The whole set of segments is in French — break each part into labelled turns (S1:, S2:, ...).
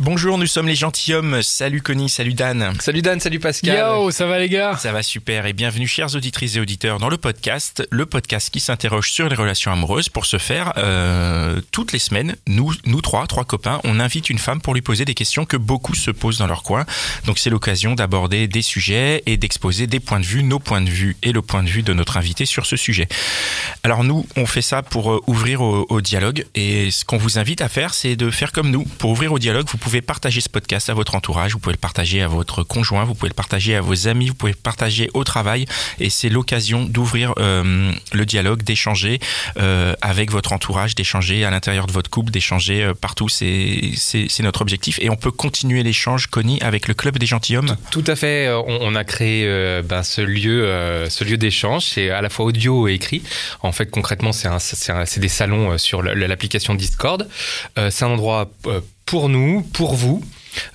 S1: Bonjour, nous sommes les gentilshommes. Salut Connie, salut Dan.
S2: Salut Dan, salut Pascal.
S3: Yo, ça va les gars
S1: Ça va super et bienvenue chers auditrices et auditeurs dans le podcast, le podcast qui s'interroge sur les relations amoureuses. Pour ce faire, euh, toutes les semaines, nous, nous trois, trois copains, on invite une femme pour lui poser des questions que beaucoup se posent dans leur coin. Donc c'est l'occasion d'aborder des sujets et d'exposer des points de vue, nos points de vue et le point de vue de notre invité sur ce sujet. Alors nous, on fait ça pour euh, ouvrir au, au dialogue et ce qu'on vous invite à faire, c'est de faire comme nous. Pour ouvrir au dialogue, vous pouvez partager ce podcast à votre entourage, vous pouvez le partager à votre conjoint, vous pouvez le partager à vos amis, vous pouvez le partager au travail et c'est l'occasion d'ouvrir euh, le dialogue, d'échanger euh, avec votre entourage, d'échanger à l'intérieur de votre couple, d'échanger euh, partout. C'est c'est- c'est notre objectif et on peut continuer l'échange, Connie, avec le club des gentilshommes.
S2: Tout à fait. euh, On, on a créé euh, ben, ce lieu, euh, ce lieu d'échange. C'est à la fois audio et écrit. En fait, concrètement, c'est un- c'est un- c'est des salons euh, sur le- l'application Discord. Euh, c'est un endroit euh, pour nous, pour vous.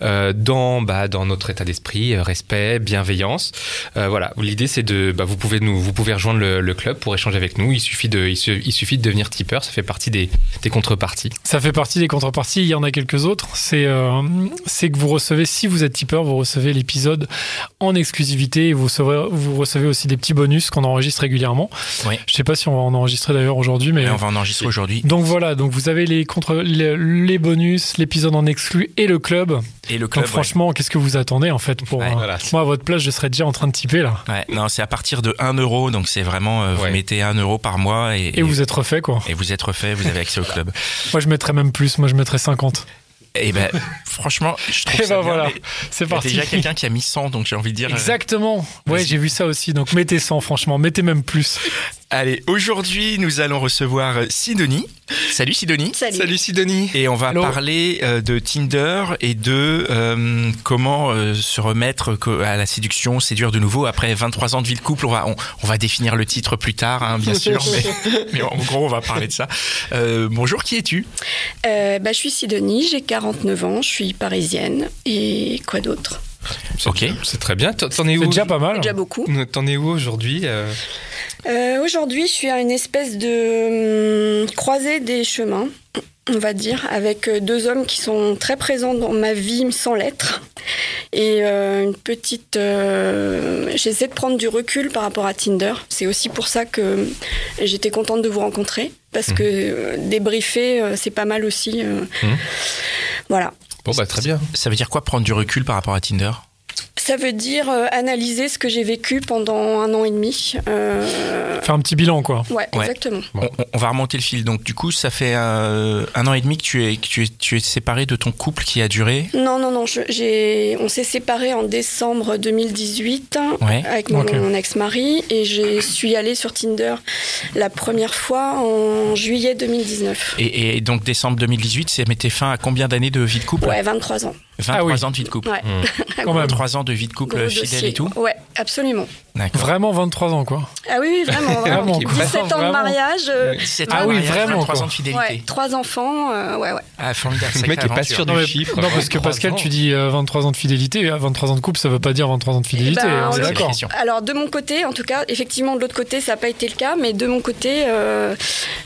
S2: euh, dans bah, dans notre état d'esprit euh, respect bienveillance Euh, voilà l'idée c'est de bah, vous pouvez nous vous pouvez rejoindre le, le club pour échanger avec nous il suffit de il, se- il suffit de devenir tipeur ça fait partie des, des contreparties
S3: Ça fait partie des contreparties, il y en a quelques autres. C'est euh, c'est que vous recevez, si vous êtes tipeur, vous recevez l'épisode en exclusivité et vous recevez, vous recevez aussi des petits bonus qu'on enregistre régulièrement.
S1: Oui.
S3: Je sais pas si on va en enregistrer d'ailleurs aujourd'hui, mais...
S1: Et on va en enregistrer aujourd'hui
S3: Donc voilà, donc vous avez les, contre, les, les bonus, l'épisode en exclu et le club.
S1: et le club.
S3: Donc
S1: ouais.
S3: franchement, qu'est-ce que vous attendez en fait pour...
S1: Ouais,
S3: euh,
S2: voilà.
S3: Moi, à votre place, je serais déjà en train de typer là.
S1: Ouais, non, c'est à partir de 1 euro, donc c'est vraiment, euh, vous
S2: Ouais.
S1: mettez 1 euro par mois et,
S3: Et vous êtes refait quoi.
S1: et vous êtes refait, vous avez accès au club.
S3: Moi, je mettrais même plus, moi je mettrais 50.
S1: Et ben, franchement, je trouve
S3: Et
S1: ça
S3: ben
S1: bien,
S3: voilà,
S1: mais
S3: c'est
S1: Il y a
S3: parti.
S1: déjà quelqu'un qui a mis 100, donc j'ai envie de dire. euh,
S3: Exactement. Ouais,
S1: Vas-y.
S3: j'ai vu ça aussi. Donc mettez 100, franchement. Mettez même plus.
S1: Allez, aujourd'hui, nous allons recevoir euh, Sidonie. Salut Sidonie.
S4: Salut.
S2: Sidonie
S1: Et on va
S3: Allô.
S1: parler euh, de Tinder et de euh, comment euh, se remettre co- à la séduction, séduire de nouveau après 23 ans de vie de couple. On va, on, on va définir le titre plus tard, hein, bien sûr, mais, mais en gros, on va parler de ça. Euh, bonjour, qui es-tu
S4: Euh, bah, je suis Sidonie, j'ai 49 ans, je suis parisienne. Et quoi d'autre
S1: Ok.
S2: c'est très bien t'en t'en es où
S3: C'est déjà pas mal.
S4: Déjà beaucoup.
S2: T'en es où aujourd'hui euh
S4: Euh, Aujourd'hui, je suis à une espèce de hum, croisée des chemins, on va dire, avec euh, deux hommes qui sont très présents dans ma vie sans l'être. Et euh, une petite. euh, J'essaie de prendre du recul par rapport à Tinder. C'est aussi pour ça que j'étais contente de vous rencontrer. Parce que euh, débriefer, euh, c'est pas mal aussi. euh.
S2: Mhm.
S4: Voilà.
S2: Bon, bah très bien.
S1: Ça veut dire quoi prendre du recul par rapport à Tinder
S4: Ça veut dire euh, analyser ce que j'ai vécu pendant un an et demi. Euh,
S3: Faire un petit bilan, quoi.
S4: ouais,
S1: Ouais.
S4: exactement.
S1: on, on- on va remonter le fil. Donc, du coup, ça fait euh, un an et demi que tu es, que tu es, tu es séparé de ton couple qui a duré.
S4: Non, non, non, je- j'ai, on s'est séparés en décembre 2018 hein,
S1: Ouais.
S4: avec mon,
S3: Ok.
S4: mon ex-mari et je suis allée sur Tinder la première fois en juillet 2019.
S1: Et, et donc, décembre 2018, ça mettait fin à combien d'années de vie de couple
S4: Ouais, 23 ans.
S1: 23
S3: Ah oui.
S1: ans de vie de couple.
S4: Ouais. Ah,
S3: Quand même.
S1: 23 ans de vie de couple
S4: Gros
S1: Mmh. euh, fidèle
S4: dossier.
S1: et tout.
S4: Ouais, absolument.
S1: D'accord.
S3: Vraiment 23 ans, quoi.
S4: Ah oui, oui, vraiment. vraiment.
S1: bah,
S3: Vraiment, quoi.
S4: 17 ans
S3: Vraiment.
S4: de mariage, euh,
S1: 17
S3: Ah
S1: ans de
S3: oui,
S1: mariage,
S3: vraiment,
S1: 23
S3: quoi.
S1: ans de fidélité.
S4: ouais, trois enfants, euh, ouais, ouais.
S1: Ah, formidable.
S2: Le
S1: sacrée
S2: mec est pas
S1: aventure.
S2: sûr du
S3: Non, mais-
S2: chiffre.
S3: Non, parce que Pascal, tu dis euh, 23 ans de fidélité. et, euh, 23 ans de couple, ça veut pas dire 23 ans de fidélité.
S4: Eh ben,
S3: on est
S4: c'est la
S3: d'accord.
S1: Ah, question.
S4: Alors de mon côté, en tout cas, effectivement de l'autre côté, ça n'a pas été le cas, mais de mon côté, euh,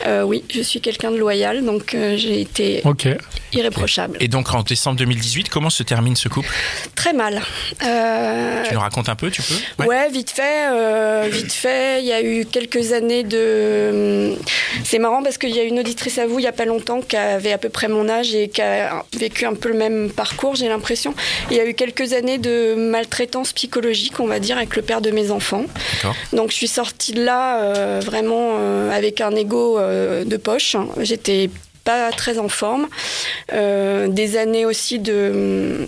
S4: euh, oui, je suis quelqu'un de loyal, donc euh, j'ai été
S3: Ok.
S4: irréprochable.
S1: Et donc, en décembre 2018, comment se termine ce couple
S4: Très mal. Euh,
S1: Tu nous racontes un peu, tu peux
S4: ouais. vite fait, euh, vite fait. Il y a eu quelques années de. hum, C'est marrant parce qu'il y a une auditrice à vous il y a pas longtemps qui avait à peu près mon âge et qui a vécu un peu le même parcours, j'ai l'impression. Il y a eu quelques années de maltraitance psychologique, on va dire, avec le père de mes enfants.
S1: D'accord.
S4: Donc je suis sortie de là euh, vraiment euh, avec un ego euh, de poche. J'étais pas très en forme. Euh, des années aussi de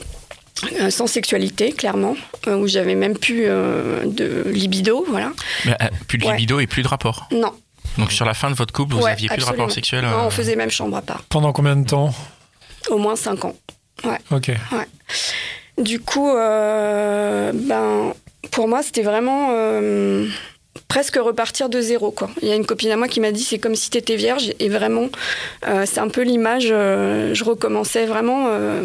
S4: euh, sans sexualité, clairement, euh, où j'avais même plus euh, de libido, voilà.
S1: Mais, euh, plus de
S4: Ouais.
S1: libido et plus de rapport.
S4: Non.
S1: Donc sur la fin de votre couple, vous
S4: Ouais,
S1: aviez plus de
S4: absolument.
S1: rapport sexuel
S4: Non,
S1: euh,
S4: on faisait même chambre à part.
S3: Pendant combien de temps
S4: Au moins 5 ans. Ouais.
S3: Ok.
S4: Du coup, euh, ben, pour moi, c'était vraiment euh, presque repartir de zéro. Quoi. Il y a une copine à moi qui m'a dit c'est comme si tu étais vierge. Et vraiment, euh, c'est un peu l'image. euh, je recommençais vraiment euh,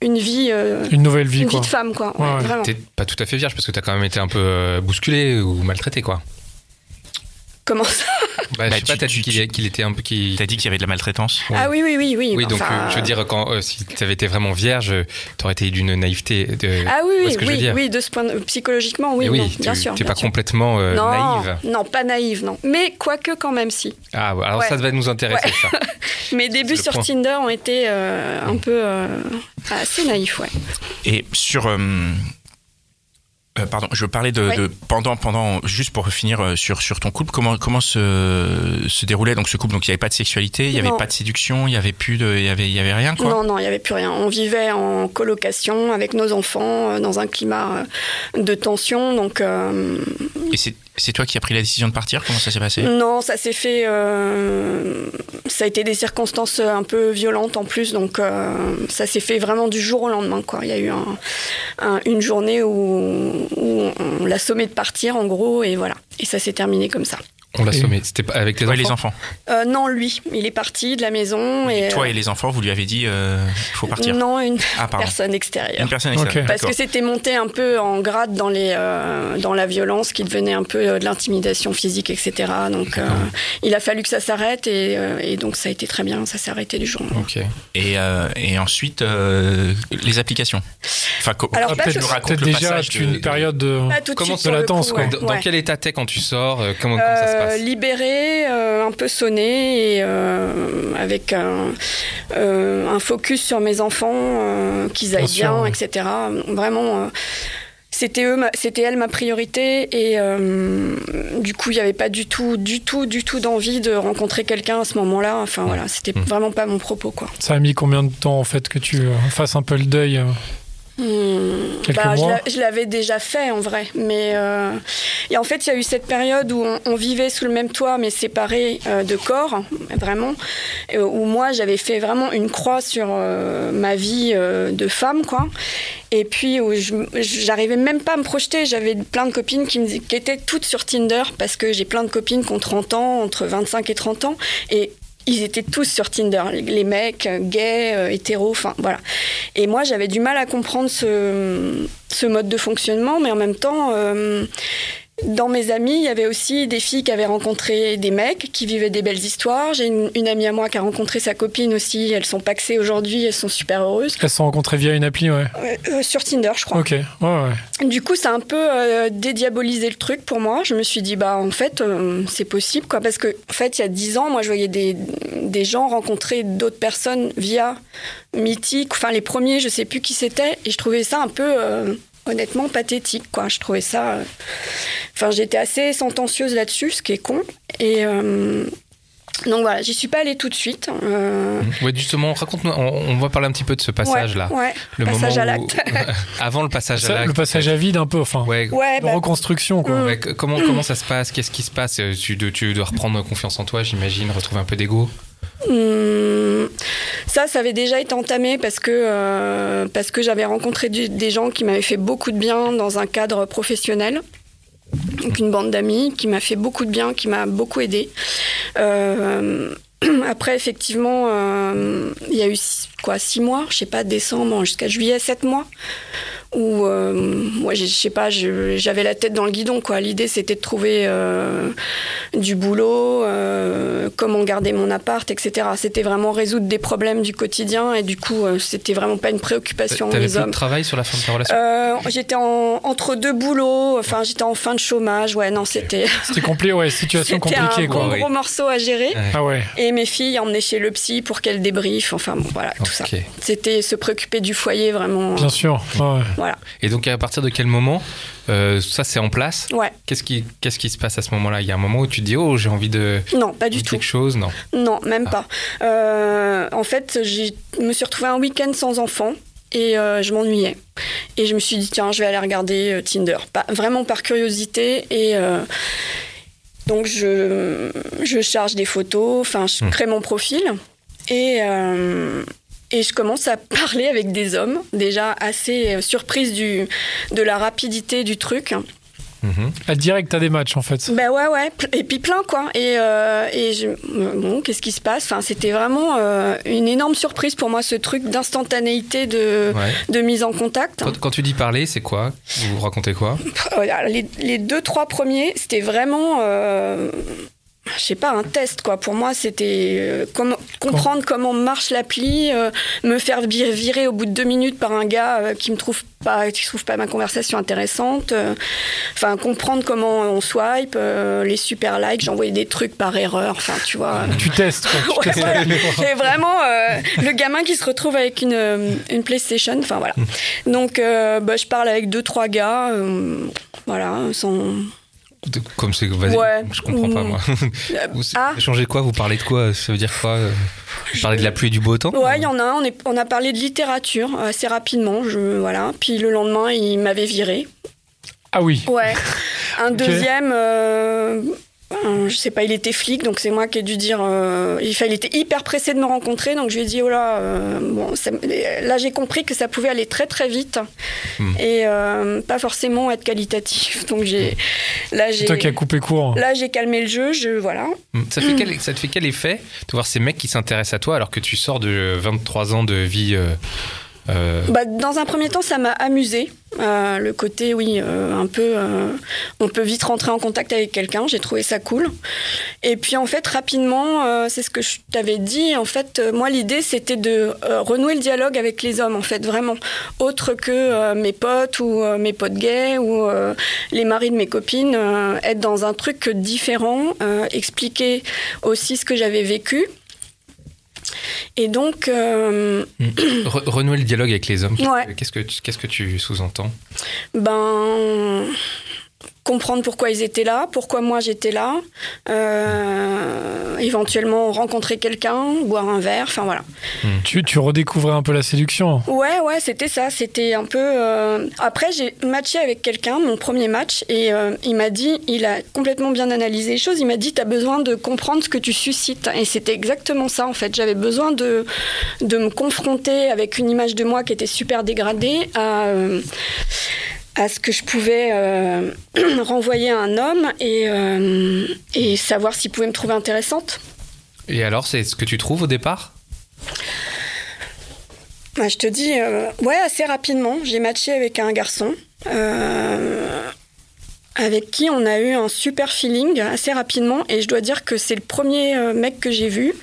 S4: une vie, euh,
S3: Une nouvelle vie,
S4: une
S3: quoi.
S4: vie de femme. Quoi.
S3: Ouais,
S4: Ouais,
S3: ouais.
S4: vraiment.
S2: T'es pas tout à fait vierge parce que t'as quand même été un peu euh, bousculé ou maltraité, quoi.
S4: Comment ça
S1: Bah,
S2: Bah, je sais pas,
S1: tu-
S2: t'as dit
S1: tu-
S2: qu'il, qu'il était un peu. Qui...
S1: T'as dit qu'il y avait de la maltraitance
S4: Ah oui, oui, oui. Oui,
S2: Oui, donc
S4: enfin,
S2: euh, je veux dire, quand, euh, si t'avais été vraiment vierge, euh, t'aurais été d'une naïveté. De...
S4: Ah oui,
S2: vois
S4: oui,
S2: ce que je veux
S4: oui,
S2: dire
S4: oui, de ce point de... psychologiquement, oui,
S2: Mais
S4: non,
S2: tu-
S4: bien sûr.
S2: T'es
S4: bien
S2: pas
S4: sûr.
S2: complètement euh,
S4: non,
S2: naïve.
S4: non, pas naïve, non. Mais quoique quand même si.
S2: Ah, ouais, alors
S4: Ouais.
S2: ça devait nous intéresser, ça.
S4: Mes débuts
S2: le
S4: sur
S2: point.
S4: Tinder ont été euh, un peu euh, assez naïfs, ouais.
S1: Et sur. euh, euh, pardon, je parlais de,
S4: Oui.
S1: de- pendant pendant juste pour finir euh, sur sur ton couple comment comment se, se déroulait donc ce couple donc il y avait pas de sexualité il y avait
S4: Non.
S1: pas de séduction il y avait plus de il y avait il y avait rien quoi
S4: Non, non, il n'y avait plus rien. On vivait en colocation avec nos enfants, euh, dans un climat euh, de tension. Donc, euh,
S1: et c'est c'est toi qui as pris la décision de partir comment ça s'est passé
S4: non, ça s'est fait. euh, ça a été des circonstances euh, un peu violentes en plus. Donc, euh, ça s'est fait vraiment du jour au lendemain. quoi. Il y a eu un- un- une journée où, où on l'a sommé de partir, en gros, et voilà. Et ça s'est terminé comme ça.
S2: On l'a
S3: Et-
S2: sommé. C'était pas avec tes
S1: Ouais,
S2: enfants.
S1: les enfants
S4: Euh, non, lui, il est parti de la maison. Et,
S1: toi et les enfants vous lui avez dit euh, faut partir
S4: euh, Non, une
S1: ah pardon
S4: personne extérieure.
S1: une personne
S3: Ok.
S1: extérieure
S4: Parce que
S1: d'accord.
S4: c'était monté un peu en grade dans, les, euh, dans la violence qui devenait un peu euh, de l'intimidation physique, etc. Donc euh, il a fallu que ça s'arrête et, euh, et donc ça a été très bien, ça s'est arrêté du jour. au lendemain.
S2: Ok.
S1: et euh, et ensuite euh, les applications enfin co-
S4: Alors,
S1: tu
S4: pas
S3: peut-être
S4: que-
S1: nous racontes
S3: peut-être
S1: le
S3: déjà
S1: passage de-
S3: une
S1: de-
S3: période euh, de.
S4: Pas Ah, tout de
S2: Comment
S4: suite
S3: de
S4: sur le
S3: latence,
S4: coup,
S3: quoi.
S4: ouais,
S2: Dans, dans
S4: ouais.
S2: quel état t'es quand tu sors euh, comment, comment ça se
S4: Euh,
S2: passe
S4: libéré, euh, un peu sonné, et, euh, avec un, euh, un focus sur mes enfants, euh, qu'ils aillent
S3: Bien sûr,
S4: bien,
S3: ouais.
S4: etc. Vraiment, euh, c'était eux, ma- c'était elle ma priorité, et euh, du coup, il n'y avait pas du tout, du tout, du tout d'envie de rencontrer quelqu'un à ce moment-là. Enfin voilà, c'était
S2: Mmh.
S4: vraiment pas mon propos, quoi.
S3: Ça a mis combien de temps, en fait, que tu euh, fasses un peu le deuil euh,
S4: Hmm,
S3: Quelques
S4: bah, je
S3: mois.
S4: l'a- Je l'avais déjà fait en vrai, mais euh, et en fait il y a eu cette période où on, on vivait sous le même toit mais séparés euh, de corps, vraiment, et où moi j'avais fait vraiment une croix sur euh, ma vie euh, de femme quoi, et puis où je- j'arrivais même pas à me projeter, j'avais plein de copines qui, me, dis- qui étaient toutes sur Tinder parce que j'ai plein de copines qui ont 30 ans, entre 25 et 30 ans, et ils étaient tous sur Tinder, les- les mecs, euh, gays, euh, hétéros, enfin voilà. Et moi, j'avais du mal à comprendre ce, ce mode de fonctionnement, mais en même temps, euh, dans mes amis, il y avait aussi des filles qui avaient rencontré des mecs, qui vivaient des belles histoires. J'ai une, une amie à moi qui a rencontré sa copine aussi, elles sont paxées aujourd'hui, elles sont super heureuses.
S3: Elles se sont rencontrées via une appli, ouais.
S4: Euh, euh, sur Tinder, je crois.
S3: Ok, ouais, ouais.
S4: Du coup, ça a un peu euh, dédiabolisé le truc pour moi. Je me suis dit, bah en fait, euh, c'est possible, quoi. Parce que, en fait, il y a dix ans, moi, je voyais des, des gens rencontrer d'autres personnes via Mythique. Enfin, les premiers, je sais plus qui c'était. Et je trouvais ça un peu, euh, honnêtement, pathétique, quoi. Je trouvais ça. euh, Enfin, j'étais assez sentencieuse là-dessus, ce qui est con. Et. euh, donc voilà, j'y suis pas allée tout de suite. euh,
S2: Ouais, justement, raconte-nous. On, on va parler un petit peu de ce passage-là.
S4: ouais, ouais, passage à l'acte.
S2: Avant le passage à
S3: Ça,
S2: l'acte.
S3: le passage à vide, un peu, enfin.
S2: Ouais.
S4: Ouais,
S3: Une
S4: bah,
S3: reconstruction, quoi.
S2: Ouais, c- comment, comment ça se passe Qu'est-ce qui se passe Euh, tu, dois- tu dois reprendre confiance en toi, j'imagine, retrouver un peu d'ego.
S4: Hum, Ça, ça avait déjà été entamé parce que, euh, parce que j'avais rencontré du- des gens qui m'avaient fait beaucoup de bien dans un cadre professionnel. Donc une bande d'amis qui m'a fait beaucoup de bien, qui m'a beaucoup aidé. Euh, après, effectivement, euh, il y a eu six- quoi, six mois, je sais pas, décembre jusqu'à juillet, sept mois, où euh, moi, je je sais pas, je- j'avais la tête dans le guidon. quoi. L'idée, c'était de trouver euh, du boulot, euh, comment garder mon appart, etc. C'était vraiment résoudre des problèmes du quotidien et du coup, euh, c'était vraiment pas une préoccupation
S2: T'avais
S4: des
S2: plus de
S4: hommes.
S2: travail sur la fin de ta relation
S4: Euh, j'étais en- entre deux boulots, enfin j'étais en fin de chômage, ouais non c'était
S3: C'était compliqué, ouais, situation
S4: c'était un
S3: compliquée, quoi.
S4: gros,
S2: ouais.
S4: gros morceau à gérer.
S3: Ah ouais.
S4: Et mes filles emmenaient chez le psy pour qu'elles débriefent, enfin bon voilà tout ça.
S2: Ok.
S4: C'était se préoccuper du foyer vraiment.
S3: Bien sûr. Ah ouais.
S4: Voilà,
S2: Et donc, à partir de quel moment euh, ça c'est en place
S4: ouais,
S2: Qu'est-ce qui, qu'est-ce qui se passe à ce moment-là Il y a un moment où tu te dis Oh, j'ai envie de.
S4: non pas du
S2: de
S4: tout.
S2: quelque chose Non.
S4: Non, même pas. Euh, en fait, je me suis retrouvée un week-end sans enfant et euh, je m'ennuyais. Et je me suis dit, tiens, je vais aller regarder euh, Tinder. Pas- vraiment par curiosité. Et, euh, Donc je, je charge des photos, enfin je crée mon profil et, euh, et je commence à parler avec des hommes, déjà assez euh, surprise du, de la rapidité du truc.
S3: Ah, direct, t'as des matchs en fait.
S4: Ben ouais, ouais, pl- et puis plein quoi. Et, euh, et je- bon, qu'est-ce qui se passe enfin, C'était vraiment euh, une énorme surprise pour moi ce truc d'instantanéité de,
S2: Ouais.
S4: de mise en contact.
S2: Quand, quand tu dis parler, c'est quoi Vous racontez quoi
S4: Euh, alors, les, les deux, trois premiers, c'était vraiment. euh, je sais pas, un test quoi. Pour moi, c'était euh, comment- comprendre comment marche l'appli, euh, me faire vi- virer au bout de deux minutes par un gars euh, qui me trouve pas, qui trouve pas ma conversation intéressante. euh, Enfin, comprendre comment on swipe, euh, les super likes. J'envoyais des trucs par erreur. Enfin, tu vois.
S3: Tu testes quoi. Tu
S4: Hmm. Ouais,
S3: testes
S4: voilà.
S3: la vie, quoi.
S4: C'est vraiment euh, le gamin qui se retrouve avec une, euh, une PlayStation. Enfin voilà. Donc euh, bah, je parle avec deux trois gars. euh, voilà. Sans... euh,
S2: De- Comme c'est. Vas-y,
S4: Ouais.
S2: je comprends pas
S4: Mm.
S2: moi. vous
S4: ah.
S2: vous échangez de quoi Vous parlez de quoi Ça veut dire quoi euh Vous parlez de la pluie et du beau temps
S4: Ouais, il y en a un. On, est- on a parlé de littérature assez rapidement. Je voilà. Puis le lendemain, il m'avait viré.
S3: Ah oui.
S4: Ouais. Un
S3: Ok.
S4: deuxième. euh, euh, je sais pas, il était flic, donc c'est moi qui ai dû dire. euh, il, fallait- il était hyper pressé de me rencontrer, donc je lui ai dit oh là, euh, bon, ça- là j'ai compris que ça pouvait aller très très vite
S3: Hmm.
S4: et euh, pas forcément être qualitatif. Donc j'ai là j'ai
S3: C'est toi qui as coupé court.
S4: là j'ai calmé le jeu, je voilà.
S2: Mm. Ça, fait quel, ça te fait quel effet de voir ces mecs qui s'intéressent à toi alors que tu sors de euh, 23 ans de vie euh, euh,
S4: Bah, dans un premier temps, ça m'a amusé. le côté, oui, euh, un peu. euh, on peut vite rentrer en contact avec quelqu'un, j'ai trouvé ça cool. Et puis, en fait, rapidement, euh, c'est ce que je t'avais dit. En fait, euh, moi, l'idée, c'était de euh, renouer le dialogue avec les hommes, en fait, vraiment. Autre que euh, mes potes ou euh, mes potes gays ou euh, les maris de mes copines, euh, être dans un truc différent, euh, expliquer aussi ce que j'avais vécu. Et donc. euh,
S2: re- renouer le dialogue avec les hommes
S4: Ouais.
S2: Qu'est-ce que tu- qu'est-ce que tu sous-entends
S4: Ben. Comprendre pourquoi ils étaient là, pourquoi moi j'étais là, euh, éventuellement rencontrer quelqu'un, boire un verre, enfin voilà.
S3: Tu, tu redécouvrais un peu la séduction.
S4: Ouais, ouais, c'était ça, c'était un peu. euh, Après, j'ai matché avec quelqu'un, mon premier match, et euh, il m'a dit, il a complètement bien analysé les choses, il m'a dit, t'as besoin de comprendre ce que tu suscites. Et c'était exactement ça, en fait. J'avais besoin de, de me confronter avec une image de moi qui était super dégradée à. euh, à ce que je pouvais euh, renvoyer à un homme et, euh, et savoir s'il pouvait me trouver intéressante.
S2: Et alors, c'est ce que tu trouves au départ
S4: Bah, je te dis, euh, ouais, assez rapidement, j'ai matché avec un garçon euh, avec qui on a eu un super feeling assez rapidement et je dois dire que c'est le premier euh, mec que j'ai vu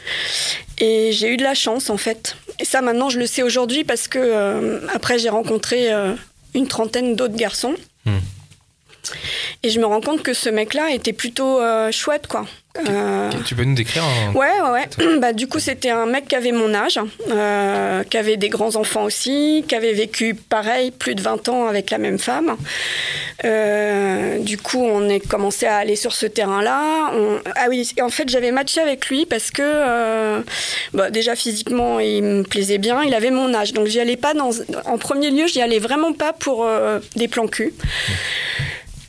S4: et j'ai eu de la chance en fait. Et ça maintenant je le sais aujourd'hui parce que euh, après j'ai rencontré euh, une trentaine d'autres garçons
S2: Hmm.
S4: et je me rends compte que ce mec-là était plutôt euh, chouette quoi. Euh,
S2: Tu peux nous décrire un-
S4: Ouais, ouais, ouais. bah, du coup, c'était un mec qui avait mon âge, euh, qui avait des grands-enfants aussi, qui avait vécu pareil, plus de 20 ans avec la même femme. Euh, du coup, on est commencé à aller sur ce terrain-là. On- Ah oui, et en fait, j'avais matché avec lui parce que, euh, bah, déjà physiquement, il me plaisait bien, il avait mon âge. Donc, j'y allais pas dans. En premier lieu, j'y allais vraiment pas pour euh, des plans cul.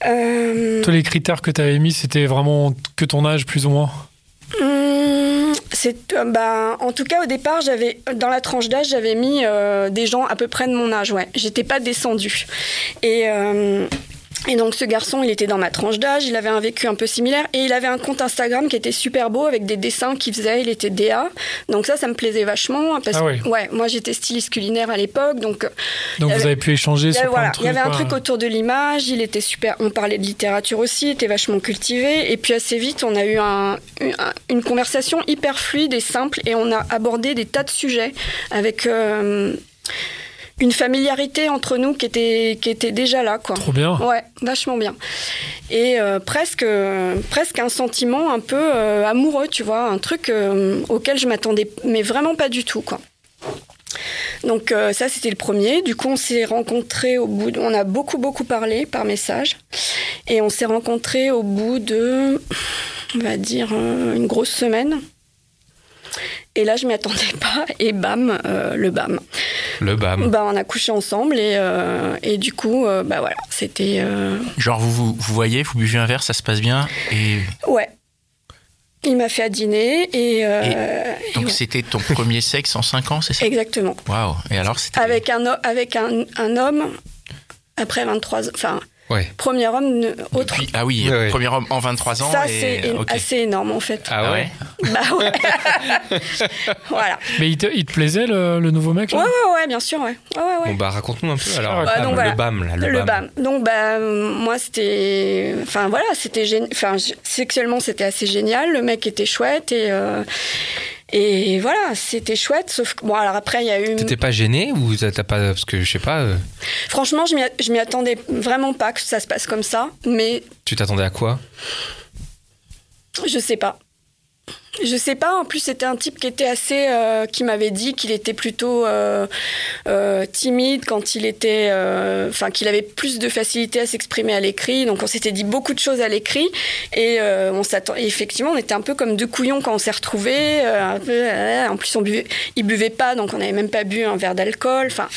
S4: Euh,
S3: Tous les critères que t'avais mis, c'était vraiment que ton âge plus ou moins.
S4: Hum, c'est euh, bah, en tout cas au départ j'avais dans la tranche d'âge j'avais mis euh, des gens à peu près de mon âge ouais j'étais pas descendue et euh, et donc ce garçon, il était dans ma tranche d'âge, il avait un vécu un peu similaire et il avait un compte Instagram qui était super beau avec des dessins qu'il faisait, il était DA. Donc ça, ça me plaisait vachement parce
S3: Ah ouais.
S4: que ouais, moi j'étais styliste culinaire à l'époque, donc euh,
S3: Donc
S4: Il y
S3: vous
S4: avait-
S3: avez pu échanger
S4: il y
S3: sur
S4: avait-
S3: plein
S4: voilà,
S3: de
S4: il y
S3: trucs.
S4: avait un
S3: quoi.
S4: truc hein. autour de l'image, il était super. On parlait de littérature aussi, il était vachement cultivé. Et puis assez vite, on a eu un- une, une conversation hyper fluide et simple et on a abordé des tas de sujets avec euh, une familiarité entre nous qui était, qui était déjà là. Quoi.
S3: Trop bien.
S4: Ouais, vachement bien. Et euh, presque, euh, presque un sentiment un peu euh, amoureux, tu vois, un truc euh, auquel je m'attendais, mais vraiment pas du tout, quoi. Donc euh, ça, c'était le premier. Du coup, on s'est rencontrés au bout... de- On a beaucoup, beaucoup parlé par message. Et on s'est rencontrés au bout de, on va dire, euh, une grosse semaine. Et là, je m'y attendais pas. Et bam, euh, le bam.
S2: Le BAM.
S4: Bah, on a couché ensemble et, euh, et du coup, euh, bah voilà, c'était. euh,
S1: Genre, vous, vous, vous voyez, vous buvez un verre, ça se passe bien. Et
S4: Ouais. Il m'a fait à dîner et. euh, et
S1: donc,
S4: ouais.
S1: c'était ton premier sexe en 5 ans, c'est ça
S4: Exactement.
S1: Waouh. Et alors, c'était.
S4: Avec, un, ho- avec un, un homme après 23 ans. Enfin,
S2: Ouais.
S4: premier homme, ne- autre.
S1: Puis- ah oui,
S2: Ouais, ouais.
S1: premier homme en 23 ans.
S4: Ça,
S1: et-
S4: c'est é-
S1: ok.
S4: assez énorme en fait.
S2: Ah ouais,
S4: Bah ouais. voilà.
S3: Mais il te, il te plaisait le, le nouveau mec
S4: Ouais,
S3: là
S4: ouais, ouais, bien sûr, ouais. Ouais, ouais, ouais.
S2: Bon bah raconte-nous un peu alors.
S3: Ah,
S4: bah, donc
S2: le
S4: voilà.
S2: BAM là, le,
S4: Le
S2: BAM.
S4: BAM. Donc, bah, euh, moi, c'était. Enfin, voilà, c'était génial. Enfin, j- sexuellement, c'était assez génial. Le mec était chouette et. euh, Et voilà, c'était chouette. Sauf que, bon, alors après, il y a eu.
S2: T'étais pas gêné ou t'as t'as pas parce que je sais pas. euh,
S4: Franchement, je m'y a- je m'y attendais vraiment pas que ça se passe comme ça. Mais
S2: Tu t'attendais à quoi
S4: Je sais pas. Je sais pas. En plus, c'était un type qui était assez, euh, qui m'avait dit qu'il était plutôt euh, euh, timide quand il était, euh, enfin qu'il avait plus de facilité à s'exprimer à l'écrit. Donc on s'était dit beaucoup de choses à l'écrit et euh, on s'attend. et Effectivement, on était un peu comme deux couillons quand on s'est retrouvés. euh, un peu, euh, en plus, on buvait, il buvait pas, donc on n'avait même pas bu un verre d'alcool. Enfin,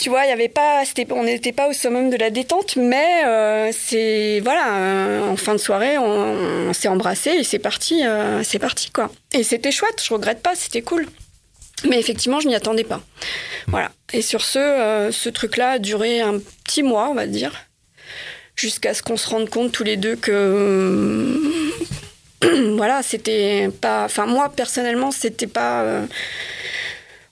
S4: tu vois, il y avait pas, c'était, on n'était pas au summum de la détente, mais euh, c'est voilà, euh, en fin de soirée, on, on s'est embrassé et c'est parti, euh, c'est parti quoi. Et c'était chouette, je regrette pas, c'était cool. Mais effectivement, je m'y attendais pas. Voilà. Et sur ce, euh, ce truc-là a duré un petit mois, on va dire, jusqu'à ce qu'on se rende compte tous les deux euh, que voilà, c'était pas. Enfin, moi personnellement, c'était pas. euh,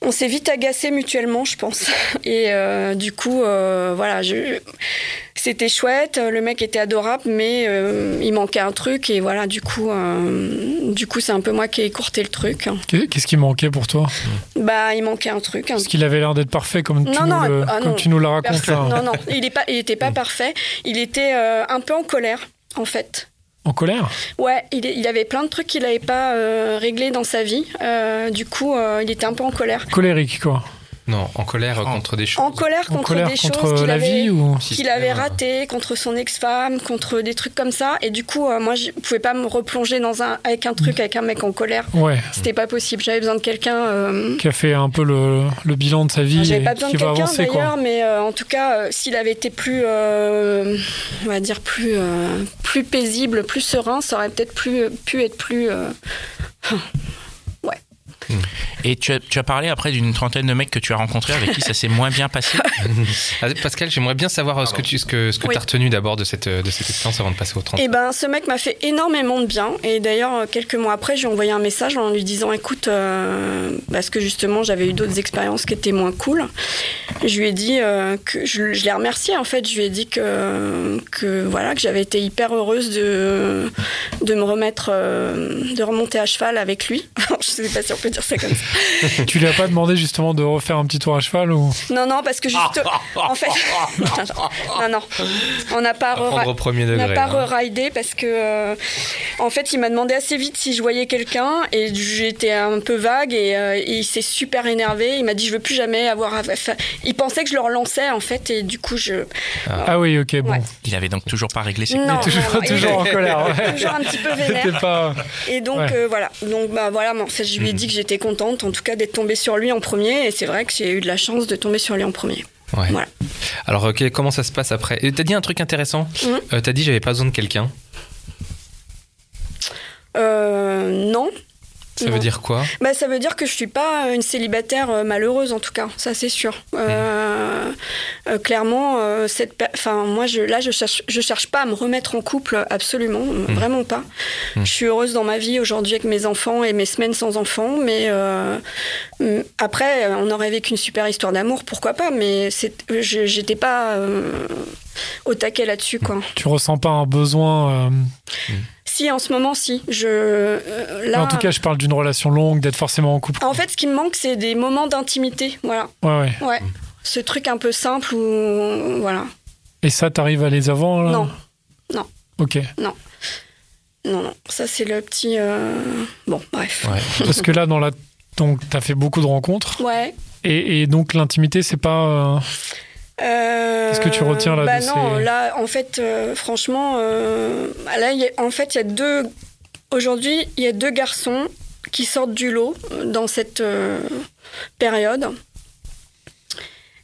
S4: on s'est vite agacés mutuellement, je pense. Et euh, du coup, euh, voilà, je- c'était chouette. Le mec était adorable, mais euh, il manquait un truc. Et voilà, du coup, euh, du coup, c'est un peu moi qui ai écourté le truc.
S3: Qu'est- Qu'est-ce qui manquait pour toi
S4: Bah, il manquait un truc. un
S3: Parce qu'il avait l'air d'être parfait comme tu,
S4: Non,
S3: nous,
S4: non,
S3: le,
S4: ah
S3: comme
S4: non,
S3: tu nous la racontes
S4: Personne-
S3: là.
S4: Non, non, il est pas, il était pas parfait. Il était euh, un peu en colère, en fait.
S3: En colère
S4: Ouais, il, est- il avait plein de trucs qu'il n'avait pas euh, réglés dans sa vie. Euh, du coup, euh, il était un peu en colère.
S3: Colérique quoi.
S2: Non, en colère euh,
S1: En-
S2: contre des choses. euh,
S4: En colère
S3: En
S4: contre
S3: colère
S4: des
S3: contre
S4: choses qu'il
S3: la
S4: avait,
S3: vie ou euh,
S4: qu'il avait ratées, contre son ex-femme, contre des trucs comme ça. Et du coup, euh, moi, je pouvais pas me replonger dans un, avec un truc, avec un mec en colère.
S3: Ouais.
S4: C'était pas possible. J'avais besoin de quelqu'un. euh,
S3: Qui a fait un peu le, le bilan de sa vie
S4: J'avais
S3: et
S4: pas besoin
S3: qui
S4: de
S3: va
S4: quelqu'un
S3: avancer quoi.
S4: d'ailleurs, mais euh, en tout cas, euh, s'il avait été plus, euh, on va dire plus, euh, plus paisible, plus serein, ça aurait peut-être plus pu être plus. euh,
S1: Et tu as, tu as parlé après d'une trentaine de mecs que tu as rencontrés avec qui ça s'est moins bien passé.
S2: Ah, Pascal, j'aimerais bien savoir euh, ce que tu ce que, ce que
S4: Oui.
S2: t'as retenu d'abord de cette euh, de cette expérience avant de passer au 30.
S4: Eh ben, ce mec m'a fait énormément de bien. Et d'ailleurs, euh, quelques mois après, j'ai envoyé un message en lui disant Écoute, euh, parce que justement, j'avais eu d'autres expériences qui étaient moins cool. Je lui ai dit euh, que je, je l'ai remercié en fait. Je lui ai dit que, que voilà que j'avais été hyper heureuse de de me remettre, euh, de remonter à cheval avec lui. je sais pas si on peut dire ça comme ça.
S3: Tu lui as pas demandé justement de refaire un petit tour à cheval ou
S4: Non, non, parce que juste. en fait. non, non. On n'a pas.
S2: À prendre
S4: rera-
S2: au premier
S4: on n'a
S2: degré.
S4: pas
S2: hein.
S4: re-ridé parce que. euh, en fait, il m'a demandé assez vite si je voyais quelqu'un et j'étais un peu vague et, euh, et il s'est super énervé. Il m'a dit Je veux plus jamais avoir. à- enfin, il pensait que je le relançais en fait et du coup, je.
S3: Ah oui, ok, bon.
S4: Ouais.
S1: Il avait donc toujours pas réglé ses
S4: Non,
S3: Il est toujours,
S4: non, non, il
S3: toujours en
S4: était-
S3: colère. ouais.
S4: toujours un petit peu vénère.
S3: C'était pas.
S4: Et donc
S3: Ouais. Hmm.
S4: euh, voilà, donc bah voilà, mais en fait, je lui ai dit que j'étais contente en tout cas d'être tombée sur lui en premier et c'est vrai que j'ai eu de la chance de tomber sur lui en premier.
S2: Ouais.
S4: Voilà.
S2: Alors ok, comment ça se passe après Et T'as dit un truc intéressant.
S4: Mhm.
S2: Euh, T'as dit j'avais pas besoin de quelqu'un.
S4: Euh, non,
S2: Ça
S4: Non.
S2: veut dire quoi
S4: Bah, ça veut dire que je suis pas une célibataire euh, malheureuse en tout cas, ça c'est sûr.
S3: Mmh.
S4: Euh, euh, clairement, euh, cette, pe- enfin moi je, là je cherche, je cherche pas à me remettre en couple absolument, euh,
S3: Mmh.
S4: vraiment pas. Je suis heureuse dans ma vie aujourd'hui avec mes enfants et mes semaines sans enfants, mais euh, mm, après euh, on aurait vécu une super histoire d'amour, pourquoi pas, mais c'est, je- j'étais pas euh, au taquet là-dessus quoi.
S3: Tu ressens pas un besoin. euh,
S4: Si en ce moment si, je euh, là.
S3: En tout cas, je parle d'une relation longue, d'être forcément en couple.
S4: en fait, ce qui me manque, c'est des moments d'intimité, voilà.
S3: Ouais, ouais.
S4: Ouais. Ce truc un peu simple où. Voilà.
S3: Et ça, t'arrives à les avant là
S4: Non. Non.
S3: Ok.
S4: Non, non. Ça, c'est le petit. euh, Bon, bref.
S2: Ouais.
S3: Parce que là, dans la. Donc, t'as fait beaucoup de rencontres.
S4: Ouais.
S3: Et, et donc, l'intimité, c'est pas. euh,
S4: Euh,
S3: Qu'est-ce que tu retiens, là,
S4: bah
S3: de
S4: non,
S3: ces-
S4: là, en fait, euh, franchement, euh, là, il y a- en fait, il y a deux. Aujourd'hui, il y a deux garçons qui sortent du lot dans cette euh, période.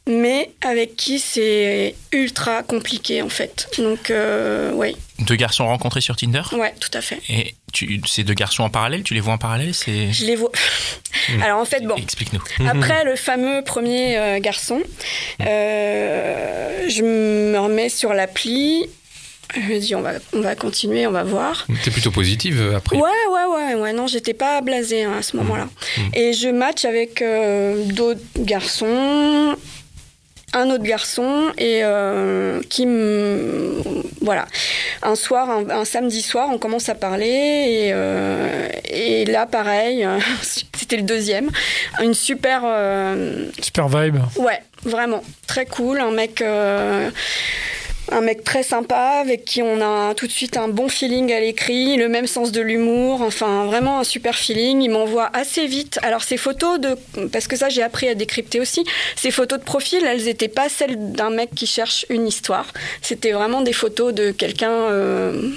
S4: mais avec qui c'est ultra compliqué en fait. Donc, euh, oui,
S1: Deux garçons rencontrés sur Tinder
S4: ouais, tout à fait.
S1: Et tu, ces deux garçons en parallèle, tu les vois en parallèle C'est.
S4: Je les vois. Alors en fait, bon, Ah,
S1: Explique-nous.
S4: Après le fameux premier euh, garçon, euh, je me remets sur l'appli. Je me dis, on va, on va continuer, on va voir.
S2: T'es plutôt positive euh, après.
S4: Ouais, ouais, ouais, ouais. Non, j'étais pas blasée hein, à ce moment-là. Et je match avec euh, d'autres garçons, un autre garçon, et euh, qui me. Voilà. Un soir, un, un samedi soir, on commence à parler, et, euh, et là, pareil, c'était le deuxième. Une super. euh,
S3: Super vibe.
S4: Ouais, vraiment, très cool, un mec, euh, un mec très sympa avec qui on a tout de suite un bon feeling à l'écrit, le même sens de l'humour, enfin vraiment un super feeling. Il m'envoie assez vite. Alors ces photos de, parce que ça j'ai appris à décrypter aussi, ces photos de profil, elles n'étaient pas celles d'un mec qui cherche une histoire. C'était vraiment des photos de quelqu'un. euh,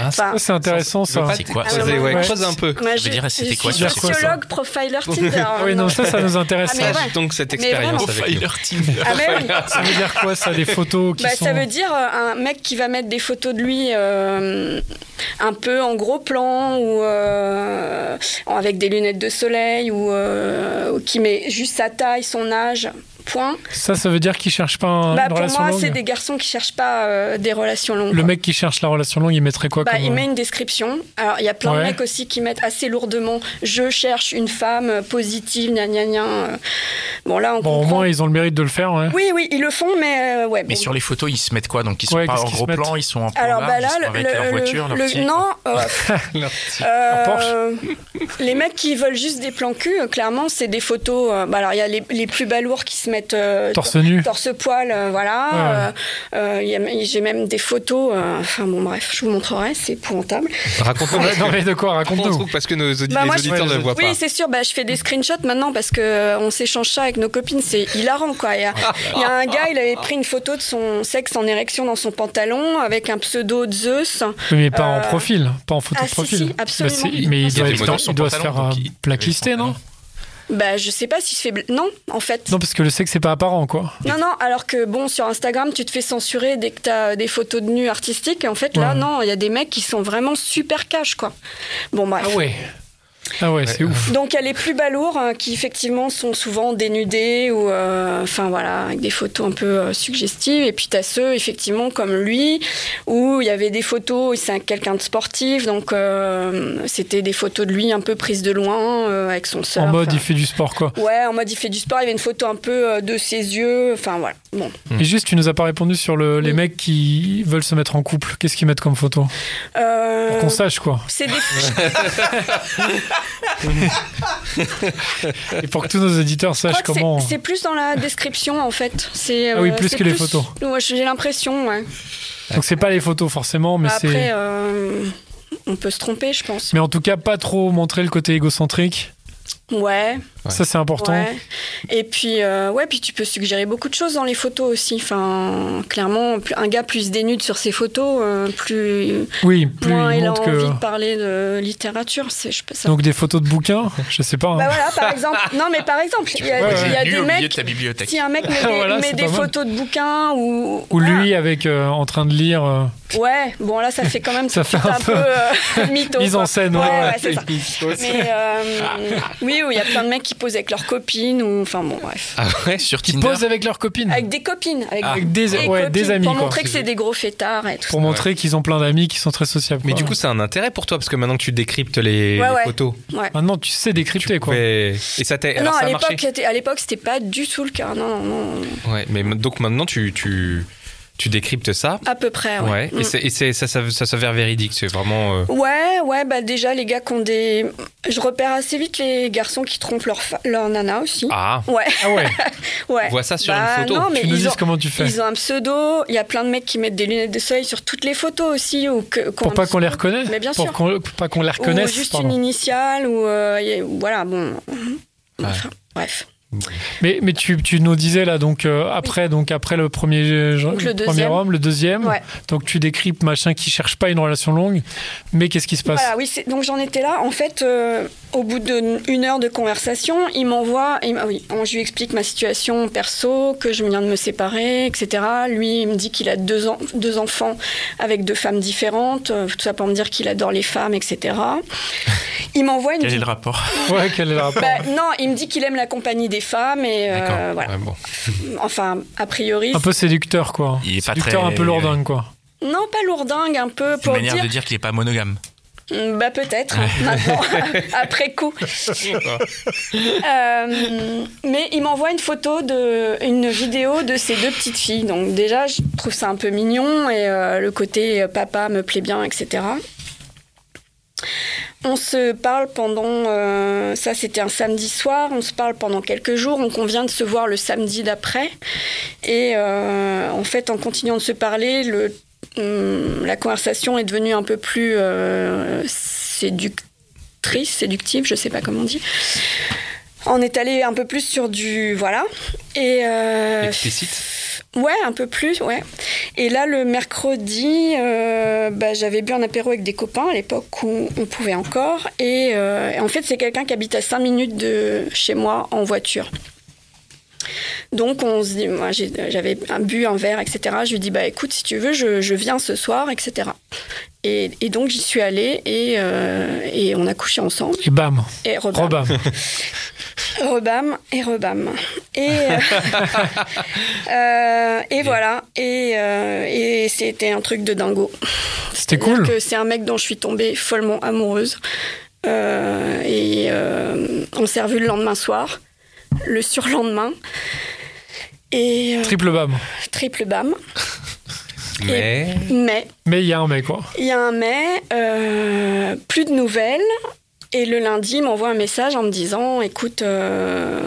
S2: Ah,
S4: enfin,
S3: Ça, c'est intéressant
S2: Je veux
S3: ça.
S2: pas
S1: C'est
S2: te
S1: quoi,
S2: creuser,
S4: ça
S2: ouais,
S3: Ouais.
S2: creuse un peu.
S4: moi,
S1: Je veux dire, c'était
S4: je
S1: quoi,
S4: suis
S3: sur quoi, ça
S4: sociologue, profiler Tinder.
S3: Ah Oui, non, ça, ça nous intéresse.
S4: Ah, mais
S2: Partage
S4: ouais.
S2: donc cette
S4: Mais
S2: expérience
S4: vraiment.
S2: avec nous.
S1: Tinder.
S4: Ah, mais oui.
S3: Ça veut dire quoi, ça, les photos qui
S4: Bah,
S3: sont...
S4: Ça veut dire euh, un mec qui va mettre des photos de lui euh, un peu en gros plan ou euh, avec des lunettes de soleil ou euh, ou qui met juste sa taille, son âge. Point.
S3: Ça, ça veut dire qu'ils cherchent pas un-
S4: Bah,
S3: une
S4: pour
S3: relation
S4: moi,
S3: longue
S4: c'est des garçons qui cherchent pas euh, des relations longues.
S3: Le
S4: quoi.
S3: mec qui cherche la relation longue, il mettrait quoi
S4: Bah,
S3: comme...
S4: il met une description. Alors, il y a plein
S3: Ouais.
S4: de mecs aussi qui mettent assez lourdement Je cherche une femme euh, positive, gna gna gna. Euh, Bon, là, on
S3: euh, Bon, au
S4: comprend.
S3: moins, ils ont le mérite de le faire, hein. ouais.
S4: Oui, oui, ils le font, mais euh, ouais.
S1: Mais
S4: bon.
S1: sur les photos, ils se mettent quoi Donc ils sont
S3: Ouais,
S1: pas
S3: qu'est-ce
S1: en
S3: qu'ils
S1: gros
S3: se mettent
S1: plan, ils sont en plan
S4: Alors,
S1: large,
S4: bah
S1: ils
S4: là,
S1: sont
S4: le,
S1: avec leur
S4: le-
S1: voiture, leur
S4: le-
S1: petit-
S4: non, euh,
S2: Leur petit-
S4: Euh, les mecs qui veulent juste des plans cul, euh, clairement, c'est des photos. euh, bah alors, il y a les, les plus balourds qui se mettent euh,
S3: Torse nu.
S4: torse poil, euh, voilà.
S3: Ouais.
S4: Euh, euh, il y a- J'ai même des photos. euh, enfin, bon, bref, je vous montrerai, c'est épouvantable.
S2: Raconte-nous parce
S3: Non,
S2: que-
S3: mais de quoi
S2: raconte-nous
S3: Raconte-nous.
S2: parce que nos audi-
S4: Bah, moi,
S2: les
S4: je-
S2: auditeurs
S3: Ouais,
S2: ne
S3: les-
S2: voient pas.
S4: Oui, c'est sûr, bah, je fais des screenshots maintenant parce que euh, on s'échange ça avec nos copines, c'est hilarant quoi. Il y, a,
S2: Ah
S4: il y a un gars, il avait pris une photo de son sexe en érection dans son pantalon avec un pseudo de Zeus.
S3: Oui, mais pas en
S4: Euh,
S3: profil, pas en photo
S4: ah,
S3: de
S4: si,
S3: profil.
S4: si, absolument.
S3: Bah, c'est- mais il,
S2: Il
S3: doit,
S2: était
S3: être-
S2: modèle
S3: il
S2: sans
S3: doit se
S2: pantalon,
S3: faire euh,
S2: donc il- il avait
S3: blacklister,
S2: son
S3: non
S4: Bah, je sais pas si je fais. bl- Non, en fait.
S3: Non, parce que le sexe, c'est pas apparent, quoi.
S4: Non, non, alors que bon, sur Instagram, tu te fais censurer dès que t'as des photos de nus artistiques. Et en fait, là,
S3: Ouais.
S4: non, il y a des mecs qui sont vraiment super cash, quoi. Bon, bref.
S3: Ah ouais Ah ouais, c'est ouf.
S4: Donc, il y a les plus balourds hein, qui, effectivement, sont souvent dénudés ou, euh, enfin, voilà, avec des photos un peu euh, suggestives. Et puis, t'as ceux, effectivement, comme lui, où il y avait des photos, c'est quelqu'un de sportif, donc euh, c'était des photos de lui un peu prises de loin, euh, avec son surf.
S3: En mode,
S4: Enfin,
S3: il fait du sport, quoi.
S4: Ouais, en mode, il fait du sport. Il y avait une photo un peu euh, de ses yeux. Enfin, voilà. Bon.
S2: Mm.
S3: Et juste, tu nous as pas répondu sur le- les mecs qui veulent se mettre en couple. Qu'est-ce qu'ils mettent comme photo
S4: Euh,
S3: Pour qu'on sache, quoi.
S4: C'est des
S3: Et pour que tous nos auditeurs
S4: Je
S3: sachent
S4: crois que c'est-
S3: comment. euh.
S4: C'est plus dans la description en fait. C'est,
S3: Ah oui,
S4: euh,
S3: plus
S4: c'est
S3: que les photos.
S4: Ouais, j'ai l'impression. ouais.
S3: Donc, c'est pas les photos, forcément, mais
S4: Bah, Après,
S3: c'est.
S4: euh, on peut se tromper, je pense.
S3: Mais en tout cas, pas trop montrer le côté égocentrique.
S4: Ouais.
S2: Ouais.
S3: Ça, c'est important.
S4: ouais. Et puis, euh, ouais, puis tu peux suggérer beaucoup de choses dans les photos aussi. Enfin, clairement, plus- un gars plus dénude sur ses photos, euh, plus,
S3: Oui, plus
S4: moins
S3: il
S4: il a
S3: montre
S4: envie
S3: que.
S4: de parler de littérature. C'est, je sais pas ça.
S3: Donc, des photos de bouquins, je sais pas. hein.
S4: Bah voilà, par exemple. Non, mais par exemple, il y a,
S3: Ouais, ouais.
S4: il y a
S1: Lui,
S4: des
S1: au milieu
S4: mecs.
S1: de ta bibliothèque.
S4: Si un mec met des,
S3: Voilà,
S4: met
S3: c'est
S4: des
S3: pas mal.
S4: photos de bouquins ou.
S3: Ou
S4: voilà.
S3: lui avec euh, en train de lire. euh,
S4: Ouais, bon là ça fait quand même
S3: Ça
S4: tout
S3: fait
S4: de suite
S3: un peu
S4: peu euh, mytho.
S3: mise en
S4: quoi.
S3: scène,
S4: Ouais,
S3: ouais.
S4: ouais, c'est ça. Mais euh, oui, oui, il y a plein de mecs qui posent avec leurs copines ou enfin bon bref.
S2: Ah ouais
S1: Sur
S3: qui
S1: Tinder.
S3: posent avec leurs copines
S4: Avec des copines, avec,
S3: Ah, avec des- ouais,
S4: copines,
S3: des amis,
S4: pour
S3: quoi.
S4: montrer que c'est des gros fêtards et tout.
S3: pour montrer qu'ils ont plein d'amis qui sont très sociables.
S2: Mais
S3: quoi.
S2: du coup, c'est un intérêt pour toi parce que maintenant que tu décryptes les,
S4: Ouais,
S2: les
S4: ouais.
S2: photos,
S4: Ouais.
S3: maintenant tu sais décrypter
S2: tu
S3: quoi.
S2: pouvais- et ça t'a, alors
S4: non,
S2: ça
S4: à
S2: a marché.
S4: l'époque, c'était- à l'époque, c'était pas du tout le cas. Non, non, non.
S2: Ouais, mais m- donc maintenant tu tu tu décryptes ça.
S4: à peu près. Ouais.
S2: Ouais.
S4: Mm.
S2: Et, c'est, et c'est- ça, ça, ça s'avère véridique. C'est vraiment. euh,
S4: Ouais, ouais, bah déjà les gars qui ont des, je repère assez vite les garçons qui trompent leur fa- leur nana aussi.
S2: Ah.
S4: Ouais,
S3: Ah ouais,
S4: ouais.
S2: On voit ça sur
S4: Bah,
S2: une photo.
S4: non, mais
S3: tu nous
S4: ils
S3: dises
S4: ont-
S3: comment tu fais
S4: Ils ont un pseudo. Il y a plein de mecs qui mettent des lunettes de soleil sur toutes les photos aussi. Ou que,
S3: pour pas qu'on les reconnaisse.
S4: Mais bien
S3: pour
S4: sûr.
S3: qu'on- pour pas qu'on les
S4: Ou
S3: reconnaisse.
S4: juste
S3: pardon.
S4: une initiale. Ou euh, y a- voilà, bon. Enfin, bref.
S3: Mais, mais tu, tu nous disais là, donc euh, après, donc après le premier,
S4: Donc, le
S3: premier
S4: deuxième.
S3: homme, le deuxième,
S4: Ouais.
S3: donc tu décryptes machin qui cherche pas une relation longue, mais qu'est-ce qui se passe
S4: Voilà, oui, c'est- donc j'en étais là. En fait, euh, au bout d'une heure de conversation, il m'envoie, il m'a- oui, on- je lui explique ma situation perso, que je viens de me séparer, etc. Lui, il me dit qu'il a deux, en- deux enfants avec deux femmes différentes, euh, tout ça pour me dire qu'il adore les femmes, etc. Il m'envoie une.
S1: Quel est le rapport
S3: Ouais, quel est le rapport
S4: Bah, non, il me dit qu'il aime la compagnie des femmes et euh,
S1: D'accord.
S4: voilà.
S2: Ouais, bon.
S4: Enfin, a priori.
S3: Un peu séducteur quoi.
S1: Il est pas
S3: séducteur
S1: très- euh,
S3: un peu lourdingue quoi.
S4: Non, pas lourdingue, un peu
S1: C'est une
S4: pour
S1: manière
S4: dire.
S1: de dire qu'il est pas monogame.
S4: Mm, Bah peut-être, maintenant, après coup. Euh, mais il m'envoie une photo, de, une vidéo de ses deux petites filles. Donc déjà, je trouve ça un peu mignon et euh, le côté euh, papa me plaît bien, etc. On se parle pendant, euh, ça c'était un samedi soir, on se parle pendant quelques jours, on convient de se voir le samedi d'après. Et euh, en fait, en continuant de se parler, le Hum, la conversation est devenue un peu plus euh, séductrice, séductive, je sais pas comment on dit. On est allé un peu plus sur du voilà et euh,
S2: Explicite.
S4: ouais un peu plus ouais et là le mercredi euh, bah, j'avais bu un apéro avec des copains à l'époque où on pouvait encore et euh, et en fait c'est quelqu'un qui habite à 5 minutes de chez moi en voiture donc on se dit, moi j'ai- j'avais un- bu un verre, etc. Je lui dis, bah écoute, si tu veux, je, je viens ce soir, etc. Et, et donc j'y suis allée et, euh, et on a couché ensemble.
S3: Et bam,
S4: Et rebam,
S3: rebam.
S4: rebam et rebam. Et, euh, euh, et voilà. Et, euh, et c'était un truc de dingo.
S3: C'était
S4: C'est-à-dire
S3: cool.
S4: que C'est un mec dont je suis tombée follement amoureuse. Euh, et euh, on s'est revus le lendemain soir, le surlendemain. Et euh,
S3: Triple bam.
S4: triple bam.
S2: Mais.
S4: Mais,
S3: Mais il y a un mec quoi.
S4: il y a un mais, euh, plus de nouvelles. Et le lundi, il m'envoie un message en me disant Écoute, euh,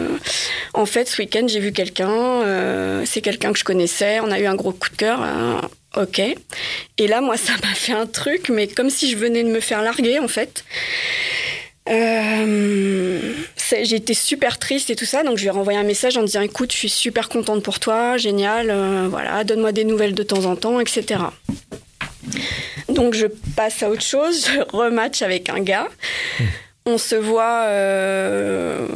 S4: en fait, ce week-end, j'ai vu quelqu'un, euh, c'est quelqu'un que je connaissais, on a eu un gros coup de cœur. hein, ok. Et là, moi, ça m'a fait un truc, mais comme si je venais de me faire larguer, en fait. Euh, c'est- j'ai été super triste et tout ça, donc je lui ai renvoyé un message en disant Écoute, je suis super contente pour toi, génial, euh, voilà, donne-moi des nouvelles de temps en temps, etc. Donc je passe à autre chose, je rematch avec un gars. On se voit euh,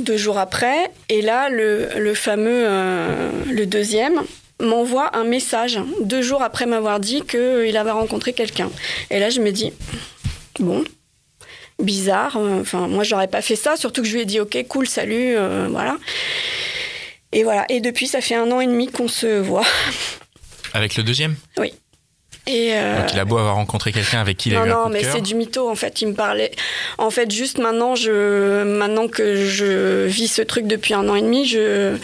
S4: deux jours après, et là, le, le fameux, euh, le deuxième, m'envoie un message deux jours après m'avoir dit qu'il avait rencontré quelqu'un. Et là, je me dis, bon, bizarre, euh, enfin, moi, j'aurais pas fait ça, surtout que je lui ai dit, ok, cool, salut, euh, voilà. Et voilà, et depuis, ça fait un an et demi qu'on se voit.
S1: Avec le deuxième
S4: Et, euh,
S1: Donc il a beau avoir rencontré quelqu'un avec qui il a
S4: non,
S1: eu un
S4: non,
S1: coup de
S4: mais
S1: cœur.
S4: c'est du mytho en fait. Il me parlait. En fait, juste maintenant, je, maintenant que je vis ce truc depuis un an et demi, je,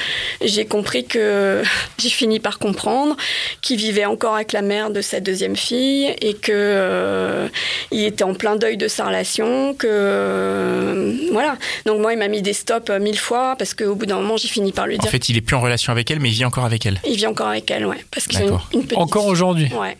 S4: j'ai compris que j'ai fini par comprendre qu'il vivait encore avec la mère de sa deuxième fille et que euh, il était en plein deuil de sa relation. Que euh, voilà. Donc moi, il m'a mis des stops euh, mille fois parce qu'au bout d'un moment, j'ai fini par lui
S1: En
S4: dire.
S1: fait, il est plus en relation avec elle, mais il vit encore avec elle.
S4: Il vit encore avec elle, ouais, parce qu'ils ont
S1: D'accord.
S4: une, une petite.
S3: Encore aujourd'hui.
S4: Ouais.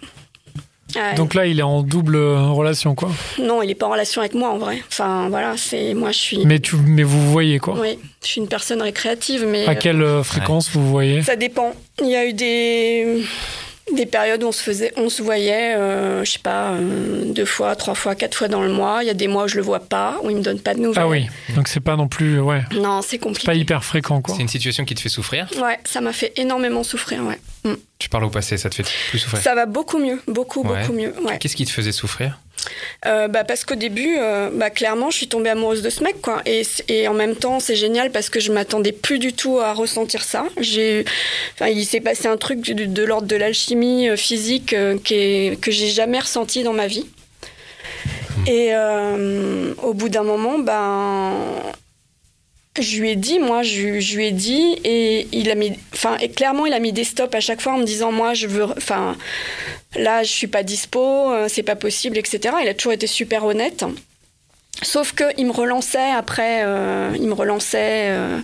S4: Ouais.
S3: Donc là, il est en double euh, relation quoi.
S4: Non, il est pas en relation avec moi en vrai. Enfin voilà, c'est moi je suis.
S3: Mais tu, mais vous voyez quoi.
S4: Oui, je suis une personne récréative, mais
S3: À quelle euh, fréquence vous voyez
S4: euh, ça dépend. Il y a eu des des périodes où on se faisait, on se voyait, euh, je sais pas, euh, deux fois, trois fois, quatre fois dans le mois. Il y a des mois où je le vois pas, où il me donne pas de nouvelles.
S3: Ah oui. Donc c'est pas non plus euh, ouais,
S4: Non, c'est compliqué.
S3: pas hyper fréquent quoi.
S2: C'est une situation qui te fait souffrir.
S4: Ouais, ça m'a fait énormément souffrir. Ouais. Mm.
S2: Tu parles au passé, ça te fait plus souffrir.
S4: Ça va beaucoup mieux, beaucoup,
S2: Ouais.
S4: beaucoup mieux. Ouais.
S2: Qu'est-ce qui te faisait souffrir
S4: Euh, bah, parce qu'au début, euh, bah, clairement, je suis tombée amoureuse de ce mec, quoi. Et, c- et en même temps, c'est génial parce que je m'attendais plus du tout à ressentir ça. J'ai, enfin, il s'est passé un truc de, de l'ordre de l'alchimie euh, physique euh, qui est- que j'ai jamais ressenti dans ma vie. Et euh, au bout d'un moment, ben, je lui ai dit, moi, je, je lui ai dit, et il a mis, enfin, et clairement, il a mis des stops à chaque fois en me disant, moi, je veux, enfin, là, je suis pas dispo, euh, c'est pas possible, etc. Il a toujours été super honnête. Sauf qu'il me relançait après, euh, il me relançait, euh,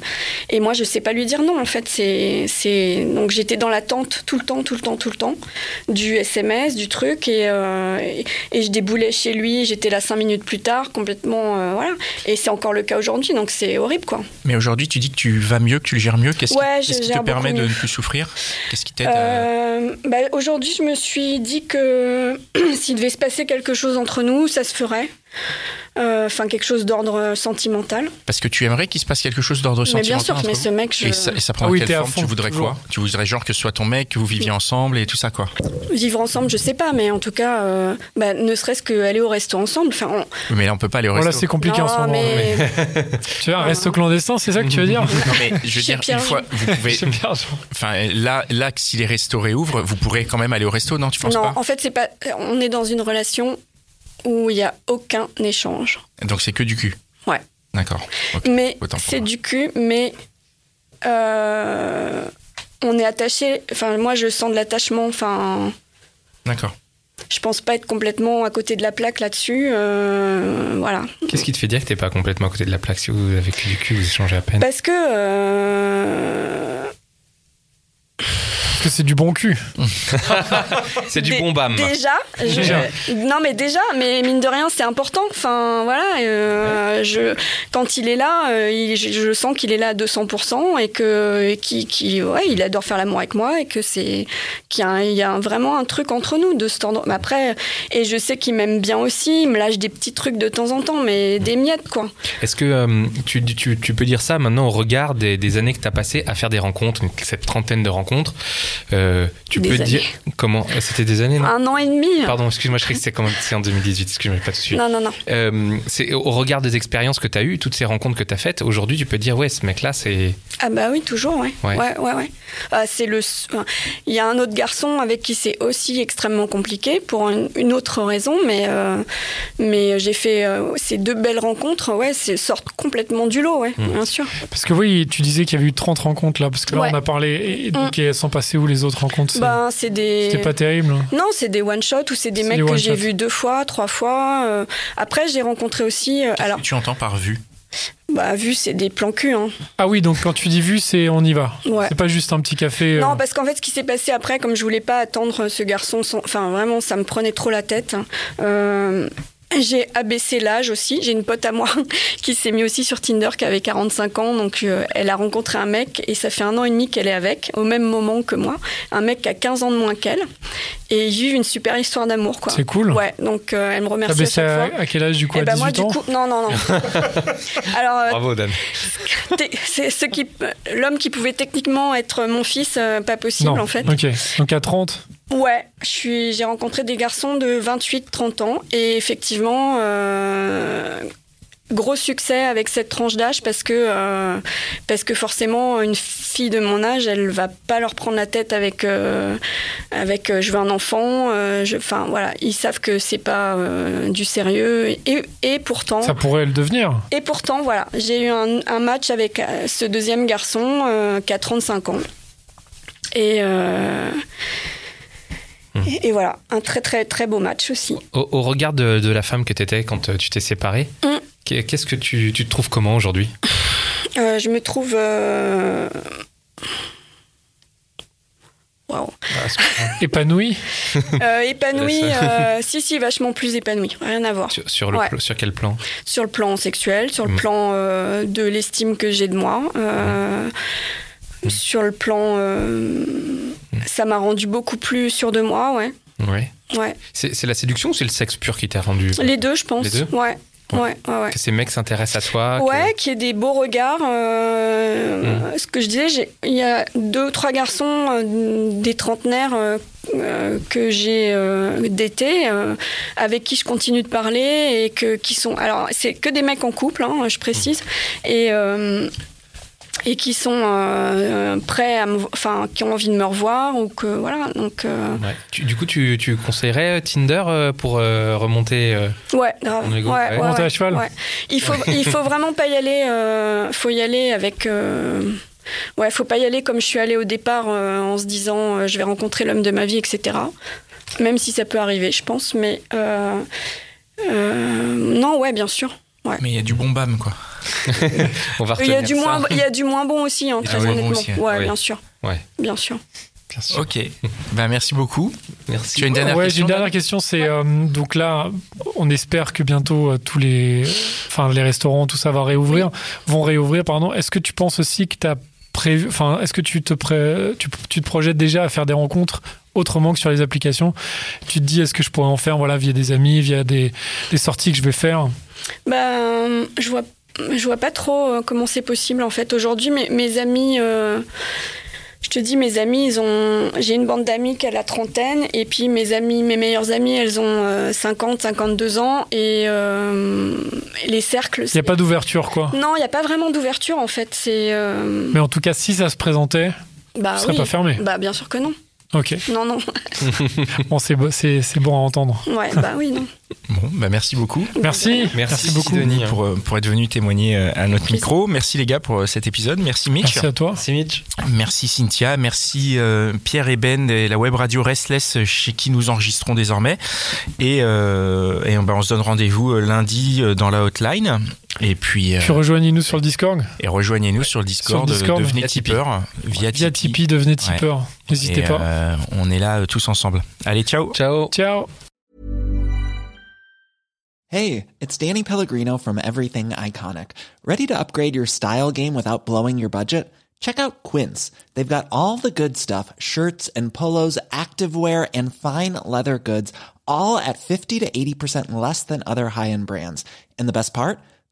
S4: et moi je sais pas lui dire non en fait. C'est, c'est... Donc j'étais dans l'attente tout le temps, tout le temps, tout le temps, du SMS, du truc, et, euh, et, et je déboulais chez lui, j'étais là cinq minutes plus tard, complètement. euh, voilà. Et c'est encore le cas aujourd'hui, donc c'est horrible quoi.
S1: Mais aujourd'hui, tu dis que tu vas mieux, que tu le gères mieux. Qu'est-ce
S4: Ouais,
S1: qui,
S4: je
S1: qu'est-ce qui
S4: gère
S1: te
S4: beaucoup
S1: permet de
S4: mieux.
S1: ne plus souffrir Qu'est-ce qui t'aide à-
S4: Euh, bah, Aujourd'hui, je me suis dit que s'il devait se passer quelque chose entre nous, ça se ferait. Euh, Enfin, quelque chose d'ordre sentimental.
S1: Parce que tu aimerais qu'il se passe quelque chose d'ordre
S4: Mais
S1: sentimental
S4: bien sûr,
S1: entre
S4: mais
S1: vous
S4: ce mec, je...
S1: Et ça, et ça prend
S3: Ah oui,
S1: quelle
S3: t'es à
S1: forme
S3: fond,
S1: Tu voudrais
S3: toujours.
S1: quoi Tu voudrais genre que ce soit ton mec, que vous viviez ensemble et tout ça quoi.
S4: vivre ensemble, je sais pas, mais en tout cas, euh, bah, ne serait-ce qu'aller au resto ensemble. Enfin, on-
S1: Oui, Mais là on peut pas aller au
S3: Voilà,
S1: resto.
S3: c'est compliqué
S4: Non,
S3: en ce moment.
S4: mais-
S3: Tu vois, un resto clandestin, c'est ça que tu veux dire
S1: Non mais je veux
S4: Chez
S1: dire
S4: Pierre.
S1: une fois vous pouvez.
S3: C'est bien, genre.
S1: Enfin là là que si les restaurés ouvrent, vous pourrez quand même aller au resto non Tu penses
S4: non,
S1: pas
S4: en fait, c'est pas. On est dans une relation où il n'y a aucun échange.
S1: Donc c'est que du cul.
S4: Ouais. Mm.
S1: D'accord. Ok.
S4: Mais
S1: Autant pour
S4: c'est
S1: moi.
S4: du cul, mais euh, on est attaché. Enfin, moi, je sens de l'attachement. Enfin,
S1: D'accord.
S4: je pense pas être complètement à côté de la plaque là-dessus. euh, voilà.
S2: Qu'est-ce qui te fait dire que t'es pas complètement à côté de la plaque si vous avez que du cul, vous échangez à peine
S4: Parce que. euh,
S3: Parce que c'est du bon cul.
S2: C'est du
S4: Dé-
S2: bon bam.
S4: Déjà, je-
S3: Déjà.
S4: non mais déjà, mais mine de rien, c'est important. Enfin voilà, euh, je quand il est là, euh, il- je, je sens qu'il est là à 200% et que et qui qui ouais, il adore faire l'amour avec moi et que c'est qu'il y a, un- il y a un- vraiment un truc entre nous de ce temps. Mais après, et je sais qu'il m'aime bien aussi. Il me lâche des petits trucs de temps en temps, mais des miettes quoi.
S2: Est-ce que euh, tu, tu- tu peux dire ça maintenant au regard des, des années que tu as passées à faire des rencontres, une- cette trentaine de rencontres euh, Tu
S4: Des
S2: peux
S4: années. Ah,
S2: dire comment euh, C'était des années, non
S4: Un an et demi.
S2: Pardon, excuse-moi, je croyais que c'était quand même c'est en 2018, excuse-moi, pas tout de suite.
S4: Non non non.
S2: Euh, c'est au regard des expériences que tu as eues, toutes ces rencontres que tu as faites, aujourd'hui tu peux dire ouais, ce mec-là, c'est
S4: Ah bah oui, toujours, ouais.
S2: Ouais.
S4: Ouais, ouais, ouais. Ah, c'est le. s- enfin, Il y a un autre garçon avec qui c'est aussi extrêmement compliqué pour une, une autre raison, mais euh, mais j'ai fait euh, ces deux belles rencontres. Ouais, c'est sortent complètement du lot, ouais,
S3: Mmh.
S4: bien sûr.
S3: Parce que oui, tu disais qu'il y avait eu 30 rencontres là, parce que là
S4: Ouais. Mm.
S3: on a parlé, et, et donc elles sont passées où les autres rencontres c'est-
S4: Ben c'est des.
S3: C'était pas terrible. hein.
S4: Non, c'est des one shot ou c'est des
S3: C'est
S4: mecs
S3: des
S4: que
S3: one
S4: j'ai
S3: shot.
S4: vus deux fois, trois fois. euh. Après, j'ai rencontré aussi. euh,
S1: Qu'est-ce
S4: alors,
S1: que tu entends par vue
S4: bah vu, c'est des plans cul, hein.
S3: Ah oui, donc quand tu dis vu, c'est on y va.
S4: Ouais.
S3: C'est pas juste un petit café. euh,
S4: Non, bah, parce qu'en fait, ce qui s'est passé après, comme je voulais pas attendre ce garçon, sans- enfin vraiment, ça me prenait trop la tête. hein. Euh, J'ai abaissé l'âge aussi. J'ai une pote à moi qui s'est mise aussi sur Tinder, qui avait 45 ans. Donc, euh, elle a rencontré un mec et ça fait un an et demi qu'elle est avec, au même moment que moi. Un mec qui a 15 ans de moins qu'elle. Et ils vivent une super histoire d'amour, quoi.
S3: C'est cool.
S4: bah,
S3: Ah,
S4: Ouais, donc euh, elle me
S3: T'as
S4: remercie à
S3: baissé
S4: chaque
S3: à,
S4: fois.
S3: à quel âge du coup
S4: Eh
S3: À
S4: ben,
S3: 18
S4: moi, du
S3: ans
S4: coup, non, non, non. Alors, euh,
S2: bravo Dan.
S4: t'es- c'est ce qui, euh, l'homme qui pouvait techniquement être mon fils, euh, pas possible
S3: Non,
S4: en fait.
S3: ok. Donc à 30,
S4: Ouais, je suis, j'ai rencontré des garçons de 28-30 ans et effectivement, euh, gros succès avec cette tranche d'âge parce que, euh, parce que forcément, une fille de mon âge, elle va pas leur prendre la tête avec, euh, avec euh, je veux un enfant, euh, je- enfin voilà, ils savent que c'est pas euh, du sérieux et, et pourtant.
S3: ça pourrait le devenir.
S4: Et pourtant, voilà, j'ai eu un, un match avec euh, ce deuxième garçon euh, qui a 35 ans. Et, euh, et, et voilà, un très très très beau match aussi.
S2: Au, au regard de, de la femme que tu étais quand euh, tu t'es séparé,
S4: Mm.
S2: qu'est-ce que tu, tu te trouves comment aujourd'hui
S4: Euh, je me trouve. euh, Waouh.
S3: Épanoui
S4: Euh, épanouie,
S2: Ouais,
S4: euh, si, si, vachement plus épanouie, rien à voir.
S2: sur, sur le
S4: Ouais.
S2: pla- sur quel plan
S4: Sur le plan sexuel, sur le
S2: Mm.
S4: plan euh, de l'estime que j'ai de moi, euh, sur le plan. euh, ça m'a rendu beaucoup plus sûre de moi, ouais.
S2: Ouais.
S4: Ouais.
S2: C'est c'est la séduction ou c'est le sexe pur qui t'a rendu
S4: Les deux, je pense.
S2: Les deux
S4: ouais.
S2: Ouais. Ah,
S4: Ouais, ouais, ouais.
S2: Que ces mecs s'intéressent à toi que-
S4: Ouais, qu'il y ait des beaux regards. euh,
S2: Hmm.
S4: Ce que je disais, j'ai- il y a deux ou trois garçons, euh, des trentenaires euh, euh, que j'ai euh, datés, euh, avec qui je continue de parler et que, qui sont. Alors, c'est que des mecs en couple, hein, je précise.
S2: Hmm.
S4: Et. euh, et qui sont euh, euh, prêts à me, vo- enfin, qui ont envie de me revoir ou que voilà, donc euh,
S2: Ouais. Tu- du coup, tu, tu conseillerais Tinder euh, pour euh, remonter euh,
S4: Ouais, grave.
S2: On est
S4: Ouais,
S2: gros. Ouais.
S1: Ah
S4: ouais,
S3: Monter à
S4: ouais,
S3: cheval.
S4: ouais. Il faut, il faut vraiment pas y aller. Euh, faut y aller avec. euh, ouais, faut pas y aller comme je suis allée au départ euh, en se disant euh, je vais rencontrer l'homme de ma vie, etc. Même si ça peut arriver, je pense. Mais euh, euh, non, ouais, bien sûr. Ouais.
S1: Mais il y a du bon bam, quoi.
S2: On va
S4: Il y, a
S2: retenir
S4: du
S2: ça.
S4: moins, il y a du moins bon aussi, hein,
S1: Il y a
S4: très
S1: du moins bon
S4: honnêtement.
S1: aussi, hein.
S4: ouais,
S2: Oui.
S4: bien sûr.
S2: Ouais.
S4: Bien sûr.
S2: Bien sûr.
S1: Ok. ben, merci beaucoup.
S2: Merci.
S1: Tu as une dernière
S3: ouais, j'ai
S1: question
S3: une dernière question. C'est euh, donc là, on espère que bientôt euh, tous les, enfin les restaurants, tout ça va réouvrir, vont réouvrir. Pardon. Est-ce que tu penses aussi que t'as prévu, enfin, est-ce que tu te pré- tu, tu te projettes déjà à faire des rencontres autrement que sur les applications Tu te dis, est-ce que je pourrais en faire, voilà, via des amis, via des, des sorties que je vais faire
S4: Ben, je vois, je vois pas trop euh, comment c'est possible en fait aujourd'hui. Mes, mes amis, euh, je te dis, mes amis, ils ont. J'ai une bande d'amis qui a la trentaine, et puis mes amis, mes meilleures amies, elles ont euh, 50, 52 ans, et euh, les cercles.
S3: Il n'y a pas d'ouverture, quoi.
S4: Non, il n'y a pas vraiment d'ouverture en fait. C'est. euh,
S3: Mais en tout cas, si ça se présentait,
S4: bah
S3: ce serait
S4: oui.
S3: pas fermé.
S4: Bah bien sûr que non.
S3: Ok.
S4: Non, non.
S3: Bon, c'est bo- c'est c'est bon à entendre.
S4: Ouais, bah oui, non.
S1: Bon, ben, merci beaucoup.
S3: Merci. hein.
S2: Merci
S3: beaucoup.
S2: Sidonie. hein.
S1: Pour, euh, pour être venu témoigner euh, à notre micro. Merci les gars pour euh, cet épisode. Merci Mitch.
S3: Merci à toi.
S2: Merci Mitch.
S1: Merci Cynthia, merci euh, Pierre et Ben et la web radio Restless euh, chez qui nous enregistrons désormais. Et, euh, et, ben, on se donne rendez-vous euh, lundi euh, dans la hotline. Et puis euh,
S3: Tu rejoignez-nous sur le Discord.
S1: et rejoignez-nous sur le Discord, euh,
S3: Sur le Discord.
S1: devenez
S2: Via Tipeee.
S1: tipeur via Tipeee.
S3: Via Tipeee, devenez tipeur. N'hésitez
S1: Et,
S3: pas.
S1: euh, on est là euh, tous ensemble. Allez, ciao
S2: Ciao.
S3: Ciao.
S5: Hey, it's Danny Pellegrino from Everything Iconic. Ready to upgrade your style game without blowing your budget? Check out Quince. They've got all the good stuff shirts and polos, activewear, and fine leather goods, all at 50 to 80% less than other high end brands. And the best part?